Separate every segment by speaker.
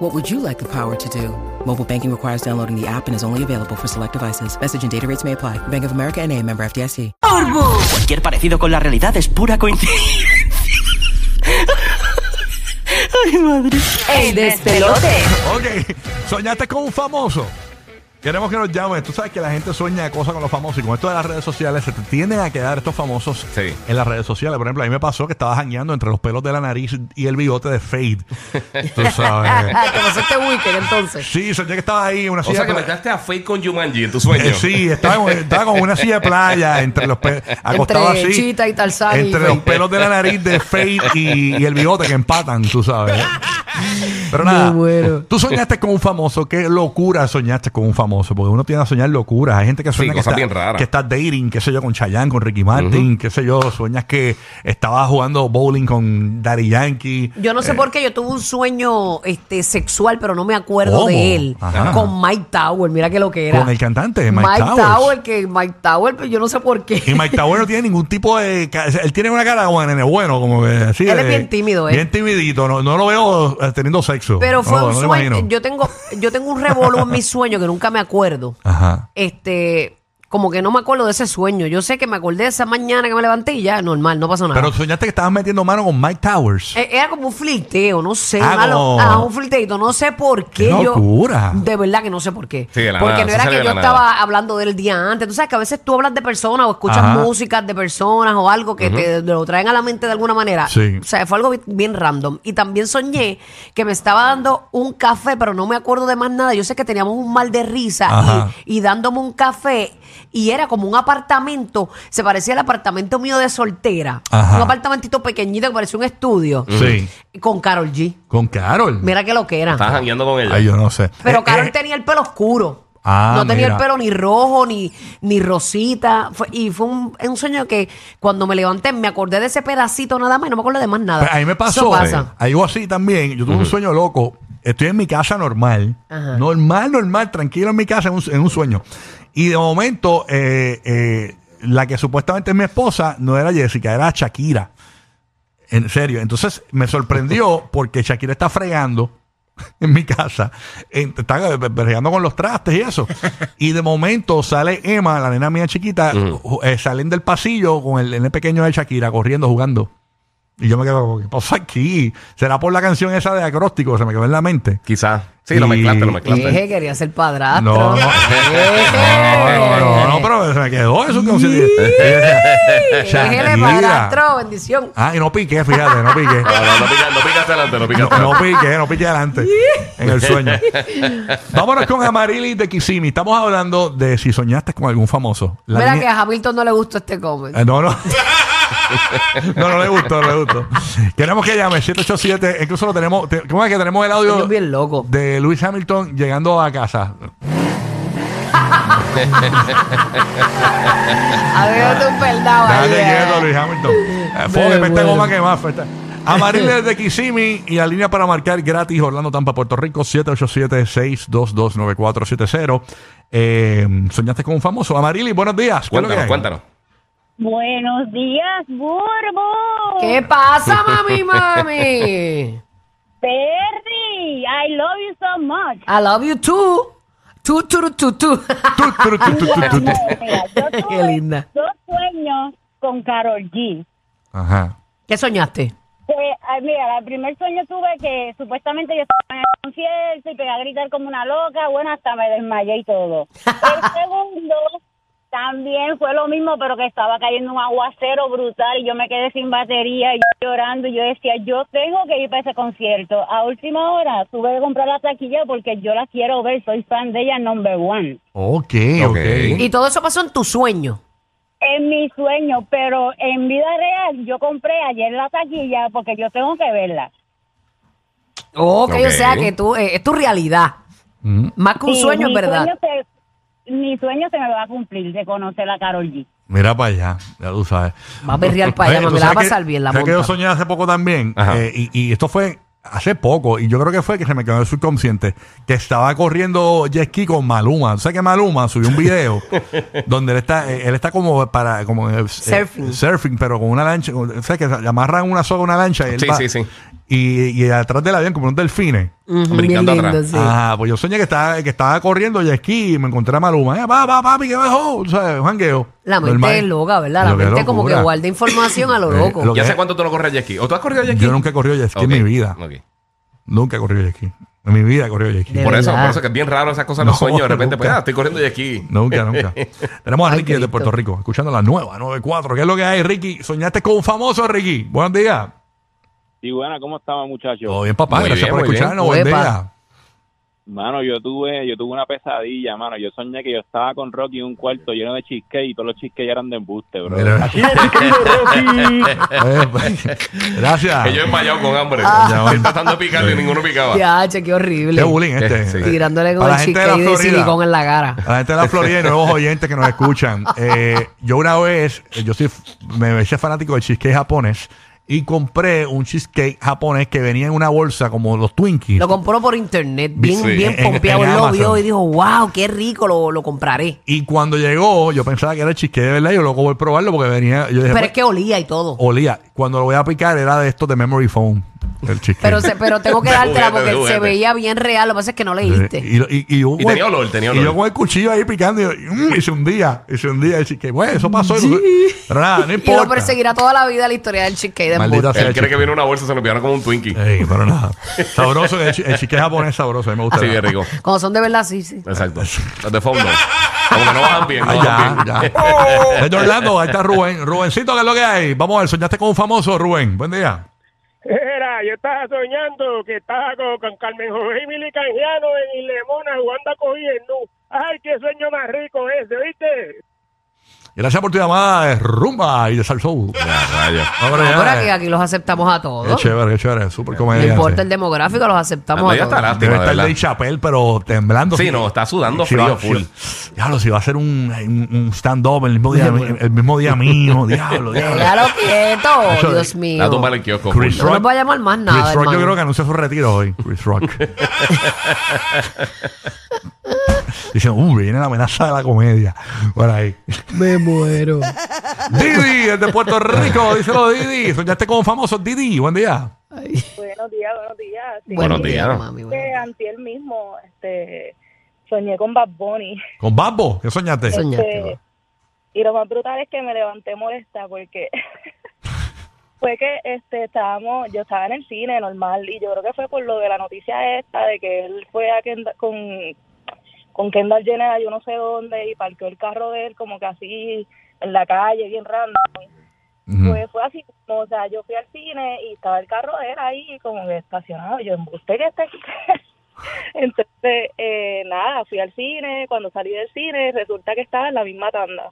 Speaker 1: What would you like the power to do? Mobile banking requires downloading the app and is only available for select devices. Message and data rates may apply. Bank of America and a member FDIC.
Speaker 2: Cualquier parecido con la realidad es pura coincidencia. Ay, madre.
Speaker 3: ¡Ey, despelote!
Speaker 4: Ok, soñaste con un famoso. Queremos que nos llamen. Tú sabes que la gente sueña de cosas con los famosos y con esto de las redes sociales se te tienden a quedar estos famosos
Speaker 5: Sí.
Speaker 4: en las redes sociales. Por ejemplo, a mí me pasó que estaba jangueando entre los pelos de la nariz y el bigote de Fade. Tú sabes.
Speaker 3: Ah, te pasaste weekend entonces.
Speaker 4: Sí, soñé que estaba ahí en una
Speaker 5: O
Speaker 4: silla
Speaker 5: sea que
Speaker 4: de pla-
Speaker 5: metaste a Fate con Jumanji en tu sueño.
Speaker 4: Eh, sí, estaba, en- estaba como en una silla de playa entre los pe- acostado
Speaker 3: Entre
Speaker 4: así.
Speaker 3: Chita y Tarzán y
Speaker 4: Entre
Speaker 3: Fade.
Speaker 4: los pelos de la nariz de Fade y, y el bigote que empatan, tú sabes. Pero nada,
Speaker 3: Me muero.
Speaker 4: tú soñaste con un famoso. Qué locura soñaste con un famoso. Porque uno tiene a soñar locuras. Hay gente que sueña que,
Speaker 5: cosas
Speaker 4: está,
Speaker 5: bien raras.
Speaker 4: que está dating, qué sé yo, con Chayanne, con Ricky Martin, qué sé yo. Sueñas que estabas jugando bowling con Daddy Yankee.
Speaker 3: Yo no sé por qué yo tuve un sueño este sexual, pero no me acuerdo
Speaker 4: ¿Cómo?
Speaker 3: de él.
Speaker 4: Ajá.
Speaker 3: Con Mike Tower, mira que lo que era.
Speaker 4: Con el cantante, Mike
Speaker 3: Mike,
Speaker 4: Towers.
Speaker 3: Tower, que Mike Tower, pero yo no sé por qué.
Speaker 4: Y Mike Tower no tiene ningún tipo de. ca- Él tiene una cara como de nene bueno, como que así.
Speaker 3: Él es
Speaker 4: de-
Speaker 3: bien tímido, ¿eh?
Speaker 4: Bien timidito, no, no lo veo eh, teniendo sexo.
Speaker 3: Pero fue
Speaker 4: No,
Speaker 3: un
Speaker 4: no lo
Speaker 3: sueño.
Speaker 4: imagino.
Speaker 3: Yo tengo, yo tengo un revolú en mi sueño que nunca me acuerdo.
Speaker 4: Ajá.
Speaker 3: Este, como que no me acuerdo de ese sueño. Yo sé que me acordé de esa mañana que me levanté y ya, normal, no pasó nada.
Speaker 4: Pero soñaste que estabas metiendo mano con Mike Towers.
Speaker 3: Eh, Era como un flirteo, no sé.
Speaker 4: Ah,
Speaker 3: una lo-
Speaker 4: como-
Speaker 3: ajá, un flirteito. No sé por qué.
Speaker 4: ¡Qué
Speaker 3: yo-
Speaker 4: locura!
Speaker 3: de verdad que no sé por qué.
Speaker 5: Sí, de la
Speaker 3: Porque
Speaker 5: nada,
Speaker 3: no
Speaker 5: se
Speaker 3: era
Speaker 5: sale
Speaker 3: que
Speaker 5: de
Speaker 3: yo
Speaker 5: la
Speaker 3: estaba
Speaker 5: nada.
Speaker 3: hablando del día antes. Tú sabes que a veces tú hablas de personas o escuchas
Speaker 4: Ajá.
Speaker 3: músicas de personas o algo que te lo traen a la mente de alguna manera.
Speaker 4: Sí.
Speaker 3: O sea, fue algo bi- bien random. Y también soñé que me estaba dando un café, pero no me acuerdo de más nada. Yo sé que teníamos un mal de risa
Speaker 4: Ajá.
Speaker 3: y, y dándome un café. Y era como un apartamento, se parecía al apartamento mío de soltera.
Speaker 4: Ajá.
Speaker 3: Un apartamentito pequeñito que parecía un estudio
Speaker 4: Sí.
Speaker 3: con Carol G.
Speaker 4: Con Carol.
Speaker 3: Mira que lo que era.
Speaker 5: Estabas jangueando con ella.
Speaker 4: Ay, yo no sé.
Speaker 3: Pero
Speaker 4: Eh,
Speaker 3: Carol
Speaker 4: eh,
Speaker 3: tenía el pelo oscuro.
Speaker 4: Ah,
Speaker 3: no tenía
Speaker 4: mira.
Speaker 3: el pelo ni rojo ni, ni rosita. Fue- y fue un, un sueño que cuando me levanté me acordé de ese pedacito nada más y no me acordé de más nada.
Speaker 4: pues, a mí me pasó.
Speaker 3: Eso pasa.
Speaker 4: Algo así también. Yo tuve un sueño loco. Estoy en mi casa normal.
Speaker 3: Ajá.
Speaker 4: Normal, normal, tranquilo en mi casa en un, en un sueño. Y de momento, eh, eh, la que supuestamente es mi esposa no era Jessica, era Shakira. En serio. Entonces me sorprendió porque Shakira está fregando en mi casa. en- está eh, fregando con los trastes y eso. Y de momento sale Emma, la nena mía chiquita, ju- eh, salen del pasillo con el nene pequeño de Shakira corriendo, jugando. Y yo me quedo como, ¿qué pasa aquí? ¿Será por la canción esa de acróstico? Se me quedó en la mente.
Speaker 5: Quizás. Sí, lo mezclaste, lo mezclaste.
Speaker 3: Eje, quería ser padrastro.
Speaker 4: No, no, no, no, no, pero se me quedó eso. como si-
Speaker 3: Eje,
Speaker 4: Shakira.
Speaker 3: padrastro, bendición.
Speaker 4: Ah, y no piqué, fíjate, no piqué.
Speaker 5: No, no, no picaste, no picaste adelante, no
Speaker 4: No,
Speaker 5: picaste
Speaker 4: no
Speaker 5: adelante.
Speaker 4: pique, no pique adelante en el sueño. Vámonos con Amarilis de Kisimi. Estamos hablando de si soñaste con algún famoso. La
Speaker 3: Mira
Speaker 4: niña-
Speaker 3: que a Hamilton no le gustó este comment.
Speaker 4: Eh, No, no. no, no le gustó, no le gustó. Queremos que llame 787. Incluso lo tenemos. te- ¿Cómo es que tenemos el audio
Speaker 3: Sueños bien loco.
Speaker 4: de Luis Hamilton llegando a casa?
Speaker 3: Adiós, un perdado.
Speaker 4: Dale
Speaker 3: ahí, eh.
Speaker 4: quieto, Luis Hamilton. Eh, Fogue,
Speaker 3: Me
Speaker 4: pesta
Speaker 3: muero.
Speaker 4: goma que más. pesta. Amarilis de Kisimi y la línea para marcar gratis Orlando Tampa, Puerto Rico, 787-622-9470. Eh, ¿Soñaste con un famoso? Amarilis, buenos días. ¿Qué es lo que
Speaker 5: Cuéntanos,
Speaker 4: hay?
Speaker 5: cuéntanos.
Speaker 6: Buenos días, Burbo.
Speaker 3: ¿Qué pasa, mami, mami?
Speaker 6: Perry, I love you so much.
Speaker 3: I love you too. Tú, tú, tú, tú.
Speaker 4: Tu, tu, tu, tu, tu, tu, tu.
Speaker 6: Mira, yo tuve
Speaker 3: Ah. Qué linda.
Speaker 6: dos sueños con Carol G.
Speaker 4: Ajá.
Speaker 3: ¿Qué soñaste?
Speaker 6: Que, ah, mira, el primer sueño tuve que supuestamente yo estaba en el concierto y pegué a gritar como una loca. Bueno, hasta me desmayé y todo. El segundo también fue lo mismo, pero que estaba cayendo un aguacero brutal y yo me quedé sin batería y yo llorando. Y yo decía, yo tengo que ir para ese concierto. A última hora tuve que comprar la taquilla porque yo la quiero ver. Soy fan de ella, number one.
Speaker 4: Ok,
Speaker 5: Ok.
Speaker 4: ok.
Speaker 3: Y todo eso pasó en tu sueño.
Speaker 6: En mi sueño, pero en vida real yo compré ayer la taquilla porque yo tengo que verla.
Speaker 3: Ok, o
Speaker 5: Ok.
Speaker 3: sea que tú, eh, es tu realidad. Más que un
Speaker 4: Mm.
Speaker 6: Sí,
Speaker 3: sueño, es
Speaker 6: mi
Speaker 3: verdad.
Speaker 6: sueño se- mi sueño se me va a cumplir de conocer a Carol G.
Speaker 4: Mira para allá, ya tú sabes.
Speaker 3: Va a berrear para allá,
Speaker 4: Oye,
Speaker 3: mami,
Speaker 4: ¿tú
Speaker 3: la va a
Speaker 4: sabes que-
Speaker 3: pasar bien la
Speaker 4: ¿sabes que yo
Speaker 3: monta?
Speaker 4: soñé hace poco también,
Speaker 5: Ajá.
Speaker 4: Eh, y, y esto fue hace poco, y yo creo que fue que se me quedó en el subconsciente, que estaba corriendo jet ski con Maluma. Tú sabes que Maluma subió un video donde él está, eh, él está como para, como eh,
Speaker 3: Surfing.
Speaker 4: eh, surfing, pero con una lancha, con- o sea que amarran una soga a una lancha y él
Speaker 5: Sí,
Speaker 4: va-
Speaker 5: sí, sí.
Speaker 4: Y, y atrás del avión como unos delfines.
Speaker 3: Ujú,
Speaker 5: Brincando atrás.
Speaker 3: sí.
Speaker 4: Ajá, pues yo soñé que estaba, que estaba corriendo jet ski y me encontré a Maluma. Eh, va, va, papi, que bajó. O sea, un jangueo.
Speaker 3: La mente
Speaker 4: Normal.
Speaker 3: es loca, ¿verdad? La
Speaker 4: Pero qué
Speaker 3: mente como que
Speaker 4: locura.
Speaker 3: guarda información a lo
Speaker 4: Eh,
Speaker 3: loco.
Speaker 4: lo-
Speaker 5: ¿Y hace
Speaker 4: Ok.
Speaker 5: cuánto tú no corres jet ski? ¿O tú has corrido jet ski?
Speaker 4: Yo nunca he corrido jet ski en
Speaker 5: Ok,
Speaker 4: mi vida.
Speaker 5: ok.
Speaker 4: Nunca he corrido jet ski. En mi vida he corrido jet ski.
Speaker 3: De
Speaker 5: Por eso,
Speaker 3: verdad.
Speaker 5: por eso que es bien raro esas cosas en
Speaker 4: No,
Speaker 5: los sueños. De repente, pues,
Speaker 4: nunca.
Speaker 5: ah, estoy corriendo jet ski.
Speaker 4: Nunca, nunca. Tenemos a
Speaker 3: Ay,
Speaker 4: Ricky de
Speaker 3: Cristo.
Speaker 4: Puerto Rico, escuchando la nueva 94. ¿Qué es lo que hay, Ricky? ¿Soñaste con un famoso, Ricky? Buenos días.
Speaker 7: Y bueno, ¿cómo estaba muchachos?
Speaker 4: Todo bien, papá.
Speaker 5: Muy
Speaker 4: Gracias
Speaker 5: bien,
Speaker 4: por
Speaker 5: muy
Speaker 4: escucharnos.
Speaker 3: bien.
Speaker 4: Buen
Speaker 3: Uepa.
Speaker 4: día.
Speaker 7: Mano, yo tuve, yo tuve una pesadilla, mano. Yo soñé que yo estaba con Rocky en un cuarto lleno de cheesecake y todos los cheesecake eran de embuste, bro.
Speaker 4: Mira. Eh, Gracias.
Speaker 5: Que yo he enmayado con hambre.
Speaker 4: Ah.
Speaker 5: Estoy tratando de picarle y ninguno picaba.
Speaker 3: Ya, che, qué horrible.
Speaker 4: Qué bullying este.
Speaker 5: Sí.
Speaker 3: Tirándole con
Speaker 4: Para
Speaker 3: el
Speaker 4: la gente de la
Speaker 3: cheesecake de
Speaker 4: Florida.
Speaker 3: silicón en la cara.
Speaker 4: A la gente de la Florida y nuevos oyentes que nos escuchan. Eh, yo una vez, eh, yo soy, f- me hice fanático del cheesecake japonés y compré un cheesecake japonés que venía en una bolsa como los Twinkies.
Speaker 3: Lo compró por internet, bien,
Speaker 5: Sí,
Speaker 3: bien
Speaker 4: en-
Speaker 3: pompeado.
Speaker 4: en
Speaker 3: Él lo
Speaker 4: Amazon.
Speaker 3: vio y dijo, wow, qué rico, lo, lo compraré.
Speaker 4: y cuando llegó, yo pensaba que era el cheesecake de verdad. Yo loco voy a probarlo porque venía. Yo dije,
Speaker 3: Pero es
Speaker 4: "Pues,
Speaker 3: que olía y todo.
Speaker 4: olía. Cuando lo voy a picar era de estos de Memory Foam. El cheesecake.
Speaker 3: Pero, se, pero tengo que
Speaker 5: De
Speaker 3: dártela
Speaker 5: juguete, de
Speaker 3: porque se
Speaker 5: juguete.
Speaker 3: veía bien real. Lo que pasa es que no
Speaker 4: Eh,
Speaker 3: leíste.
Speaker 4: y, lo- y, y, yo
Speaker 5: Y
Speaker 4: con-
Speaker 5: tenía olor, tenía
Speaker 4: y
Speaker 5: olor.
Speaker 4: yo con el cuchillo ahí picando y, yo, mm, y se hundía, y se hundía. Y que, bueno, eso pasó. y- Pero nada, no
Speaker 3: Y
Speaker 4: importa.
Speaker 3: lo perseguirá toda la vida la historia del cheesecake de
Speaker 4: Maldita
Speaker 3: Mordor.
Speaker 4: sea
Speaker 5: Él
Speaker 4: el
Speaker 5: cree que viene una bolsa, se lo pillaron como un Twinkie.
Speaker 4: Ey, pero nada. Sabroso, el, chi- el cheesecake japonés sabroso, a mí me gusta.
Speaker 5: Sí, bien rico.
Speaker 3: Cuando son de verdad, sí, sí.
Speaker 5: Exacto. Los de fondo. Como que no bajan bien. No
Speaker 4: Ah,
Speaker 5: bajan
Speaker 4: ya,
Speaker 5: bien.
Speaker 8: Oh.
Speaker 4: ya. Desde Orlando, ahí está Rubén. Rubencito, ¿qué es lo que hay? Vamos a ver, soñaste con un famoso, Rubén. Buen día.
Speaker 8: Era, yo estaba soñando que estaba con, con Carmen Jové y Mili Canjiano en Ilemona jugando a cogida en nu. Ay, qué sueño más rico ese, ¿viste?
Speaker 4: Gracias por tu llamada de Rumba y de Salsou.
Speaker 5: Ya, rayos.
Speaker 4: Ahora
Speaker 3: No,
Speaker 4: ya,
Speaker 3: pero aquí,
Speaker 4: eh,
Speaker 3: aquí los aceptamos a
Speaker 4: Qué
Speaker 3: todos.
Speaker 4: chévere, qué chévere. Súper
Speaker 3: No
Speaker 4: comedia.
Speaker 3: importa el demográfico, los aceptamos
Speaker 5: Ah, ya
Speaker 3: a
Speaker 5: estará.
Speaker 3: todos.
Speaker 4: Debe
Speaker 5: Lástima, de
Speaker 4: estar
Speaker 5: verdad.
Speaker 4: Dave Chappelle, pero temblando.
Speaker 5: Sí, no, está sudando
Speaker 4: Si
Speaker 5: frío,
Speaker 4: va-
Speaker 5: full.
Speaker 4: si- diablo, si va a ser un, un- un stand-up el mismo día, el mismo día mío. diablo, diablo.
Speaker 3: Ya lo quieto,
Speaker 4: Eso-
Speaker 3: Dios
Speaker 5: La
Speaker 3: mío.
Speaker 5: tumba en el kiosco.
Speaker 4: Chris
Speaker 5: full.
Speaker 3: No nos va a llamar más nada,
Speaker 4: Chris Rock yo
Speaker 3: hermano.
Speaker 4: creo que anuncia su retiro hoy. Chris Rock. Dicen, uh, viene la amenaza de la comedia. Por ahí.
Speaker 3: Me muero.
Speaker 4: Didi, el de Puerto Rico. Díselo, Didi. Soñaste con un famoso Didi. Buen día.
Speaker 6: Buenos días, buenos días. Sí,
Speaker 5: Buenos
Speaker 3: Buenos
Speaker 5: días.
Speaker 3: días, mami. buenos
Speaker 6: Este,
Speaker 3: días.
Speaker 6: antier mismo, este, soñé con Bad Bunny.
Speaker 4: Con Babbo. ¿Qué soñaste?
Speaker 3: Soñ- Soñaste,
Speaker 6: Este,
Speaker 3: va.
Speaker 6: y lo más brutal es que me levanté molesta porque fue que este estábamos, yo estaba en el cine normal y yo creo que fue por lo de la noticia esta de que él fue a Kend- con con Kendall Jenner a yo no sé dónde y parqueó el carro de él como que así en la calle bien random.
Speaker 4: Ujú.
Speaker 6: Pues fue así, como, o sea, yo fui al cine y estaba el carro de él ahí como que estacionado. Yo embusté que este... Entonces, eh, nada, fui al cine. Cuando salí del cine, resulta que estaba en la misma tanda.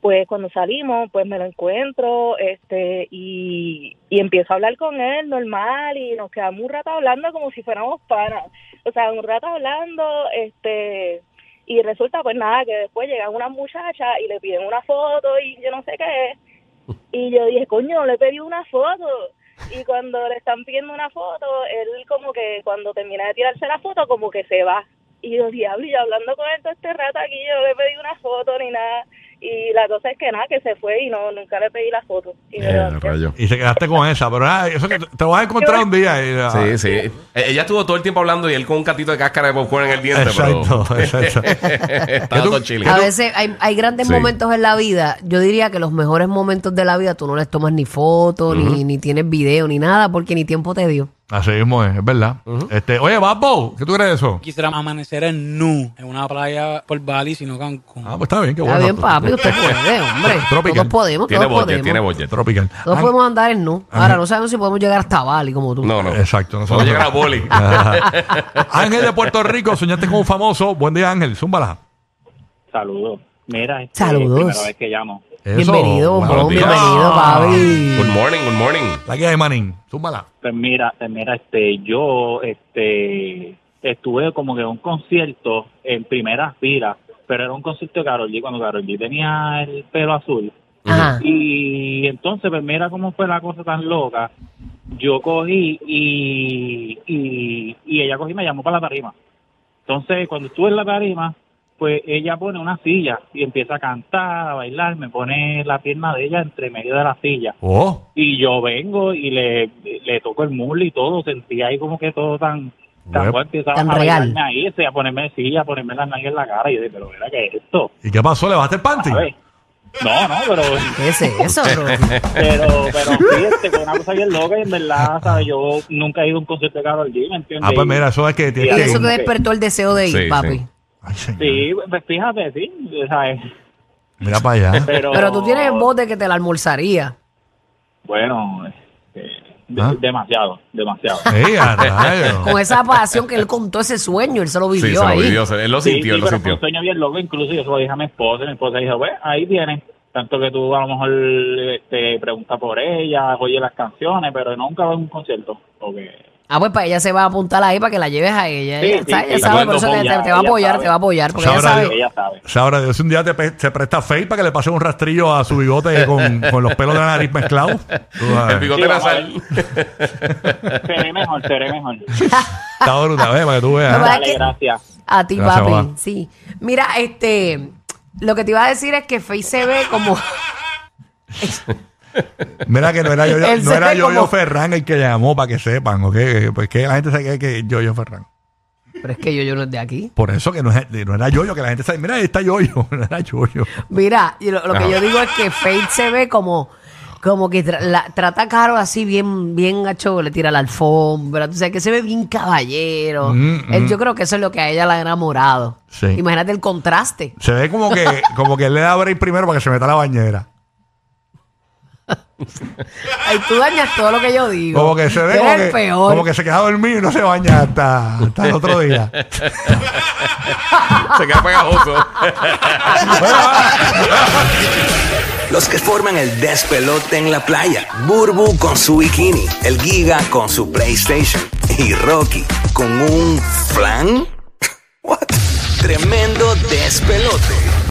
Speaker 6: Pues cuando salimos, pues me lo encuentro este y, y empiezo a hablar con él normal y nos quedamos un rato hablando como si fuéramos para, o sea, un rato hablando, este y resulta pues nada, que después llegan unas muchachas y le piden una foto y yo no sé qué es. Y yo dije, coño, no le pedí una foto. Y cuando le están pidiendo una foto, él como que cuando termina de tirarse la foto, como que se va. Y yo, diablo, y yo hablando con él todo este rato aquí, yo no le pedí una foto ni nada. Y la cosa es que nada, que se fue y no, nunca le pedí la foto. Y me
Speaker 5: Eh,
Speaker 6: levanté.
Speaker 5: rayo.
Speaker 4: Y se quedaste con esa. Pero ah, eso que te vas a encontrar un día. y, ah,
Speaker 5: Sí, sí. Eh, Ella estuvo todo el tiempo hablando y él con un catito de cáscara de popcorn en el diente,
Speaker 4: Exacto,
Speaker 5: pero.
Speaker 4: exacto.
Speaker 5: Estaba
Speaker 4: ¿Qué tú-
Speaker 5: todo chile.
Speaker 3: A veces hay, hay grandes
Speaker 5: Sí.
Speaker 3: momentos en la vida. Yo diría que los mejores momentos de la vida tú no les tomas ni fotos, ni, ni tienes video, ni nada, porque ni tiempo te dio.
Speaker 4: Así mismo es, es verdad. este, oye, Babbo, ¿qué tú crees de eso?
Speaker 9: quisiera amanecer en nu, en una playa por Bali, sino Cancún.
Speaker 4: Ah, pues está bien, qué bueno.
Speaker 3: Está bien, papi, usted puede, hombre.
Speaker 4: Tropical.
Speaker 3: Todos podemos,
Speaker 5: Tiene
Speaker 3: todos
Speaker 5: budget, tiene
Speaker 3: podemos.
Speaker 5: budget.
Speaker 4: Tropical.
Speaker 3: Todos
Speaker 4: Ah,
Speaker 3: podemos andar en nu. Ahora no sabemos si podemos llegar hasta Bali como tú.
Speaker 5: No, no.
Speaker 4: Exacto, no
Speaker 5: Vamos a
Speaker 4: sabemos.
Speaker 5: llegar a boli.
Speaker 4: Ajá. Ángel de Puerto Rico, soñaste con un famoso. Buen día, Ángel. Zúmbala.
Speaker 7: Saludos. Mira, este,
Speaker 3: Saludos.
Speaker 7: primera vez que llamo.
Speaker 4: Eso.
Speaker 3: Bienvenido,
Speaker 4: Buenos
Speaker 3: Bombón,
Speaker 4: días.
Speaker 3: bienvenido, papi.
Speaker 5: Good morning, good morning.
Speaker 4: La guía de Manin. Zúmbala.
Speaker 7: Pues mira, eh, mira, este, yo, este, estuve como que en un concierto en primera fila pero era un concierto de Karol G cuando Karol G tenía el pelo azul.
Speaker 3: Ajá.
Speaker 7: Y entonces, pues mira cómo fue la cosa tan loca. Yo cogí y, y, y ella cogí y me llamó para la tarima. Entonces, cuando estuve en la tarima, pues ella pone una silla y empieza a cantar, a bailar, me pone la pierna de ella entre medio de la silla.
Speaker 4: Oh,
Speaker 7: Y yo vengo y le, le toco el muslo y todo, sentí ahí como que todo tan,
Speaker 4: Bueno.
Speaker 7: tan fuerte, estaba
Speaker 3: Tan
Speaker 7: a
Speaker 3: real.
Speaker 7: bailarme ahí, o sea, a ponerme sí, a ponerme las nalgas en la cara, y yo dije, pero mira que es esto,
Speaker 4: ¿y qué pasó? ¿Le bajaste el panty?
Speaker 7: ¿sabes? No, no, pero,
Speaker 3: ¿Qué es eso, Rocky?
Speaker 7: pero, pero sí, este, fue una cosa bien loca y en verdad, ¿sabes? Yo nunca he ido a un concierto de Karol G, ¿me entiendes?
Speaker 4: Ah, pues mira, eso es que
Speaker 3: Y
Speaker 4: tienes
Speaker 7: Sí.
Speaker 4: que
Speaker 3: eso
Speaker 4: ir.
Speaker 3: te despertó el deseo de ir,
Speaker 5: Sí,
Speaker 3: papi.
Speaker 5: sí.
Speaker 4: Ay, señor.
Speaker 7: Sí, pues fíjate, sí, ¿sabes?
Speaker 4: Mira para allá.
Speaker 7: Pero,
Speaker 3: Pero tú tienes el bote que te la almorzaría.
Speaker 7: Bueno, eh, de-
Speaker 4: ¿Ah? Eh,
Speaker 7: demasiado, demasiado.
Speaker 4: Ey, a rayos.
Speaker 3: Con esa pasión que él contó ese sueño, él se lo
Speaker 5: Sí,
Speaker 3: vivió
Speaker 5: se lo
Speaker 3: ahí.
Speaker 5: vivió. se- Él lo
Speaker 7: Sí,
Speaker 5: sintió,
Speaker 7: sí,
Speaker 5: él lo
Speaker 7: pero fue
Speaker 5: sintió.
Speaker 7: un sueño bien loco, incluso yo se lo dije a mi esposa, y mi esposa dijo, bueno, ahí tiene. Tanto que tú a lo mejor este, preguntas por ella, oye las canciones, pero nunca va a un concierto. Porque...
Speaker 3: Ah, pues para ella se va a apuntar ahí para que la lleves a ella.
Speaker 7: Sí,
Speaker 3: ella
Speaker 7: sí,
Speaker 3: sabe,
Speaker 7: sí,
Speaker 3: ella
Speaker 5: sí.
Speaker 3: sabe, por eso te,
Speaker 4: pues,
Speaker 7: Ella-
Speaker 3: te- te va a
Speaker 7: ella
Speaker 3: apoyar,
Speaker 7: sabe.
Speaker 3: te va a apoyar, porque ella
Speaker 4: Sabrá
Speaker 3: sabe.
Speaker 4: Dios.
Speaker 7: Ella sabe.
Speaker 4: Sabrá Dios, si un día te pe- se presta fake para que le pase un rastrillo a su bigote con, con los pelos de la nariz mezclados. Tú sabes.
Speaker 5: El bigote
Speaker 7: Sí,
Speaker 5: nasal.
Speaker 7: vamos Seré mejor, seré mejor.
Speaker 4: Está brutal, eh, para que tú veas.
Speaker 3: Pero
Speaker 4: ¿eh?
Speaker 3: para
Speaker 7: Dale,
Speaker 3: que-
Speaker 7: gracias.
Speaker 3: A ti,
Speaker 4: Gracias,
Speaker 3: papi.
Speaker 4: mamá.
Speaker 3: Sí. Mira, este, lo que te iba a decir es que Face se ve como.
Speaker 4: Mira que no era yo,
Speaker 3: Él
Speaker 4: no
Speaker 3: se
Speaker 4: era
Speaker 3: ve
Speaker 4: yo,
Speaker 3: como-
Speaker 4: Ferran el que llamó para que sepan, ¿ok? Pues que la gente se cree que es yo, yo Ferran.
Speaker 3: Pero es que yo, yo no es de aquí.
Speaker 4: Por eso que no, es- no era yo, yo, que la gente sabe, mira, ahí está yo, yo, no era yo, yo.
Speaker 3: Mira, y lo, lo que
Speaker 5: Ajá.
Speaker 3: yo digo es que Faith se ve como, como que tra- la- trata a Carol así bien, bien gacho, le tira la alfombra, tú sabes que se ve bien caballero.
Speaker 4: Mm,
Speaker 3: Él-
Speaker 4: mm.
Speaker 3: Yo creo que eso es lo que a ella la ha enamorado.
Speaker 4: Sí.
Speaker 3: Imagínate el contraste.
Speaker 4: Se ve como que, como que él le da break primero para que se meta a la bañera.
Speaker 3: Ay, tú dañas todo lo que yo digo.
Speaker 4: Como que se ve
Speaker 3: Tú
Speaker 4: como
Speaker 3: eres
Speaker 4: que,
Speaker 3: el peor.
Speaker 4: como que se queda dormido y no se baña hasta, hasta el otro día.
Speaker 5: Se queda pegajoso.
Speaker 10: Los que forman el despelote en la playa. Burbu con su bikini. El Giga con su PlayStation. Y Rocky con un flan. What? Tremendo despelote.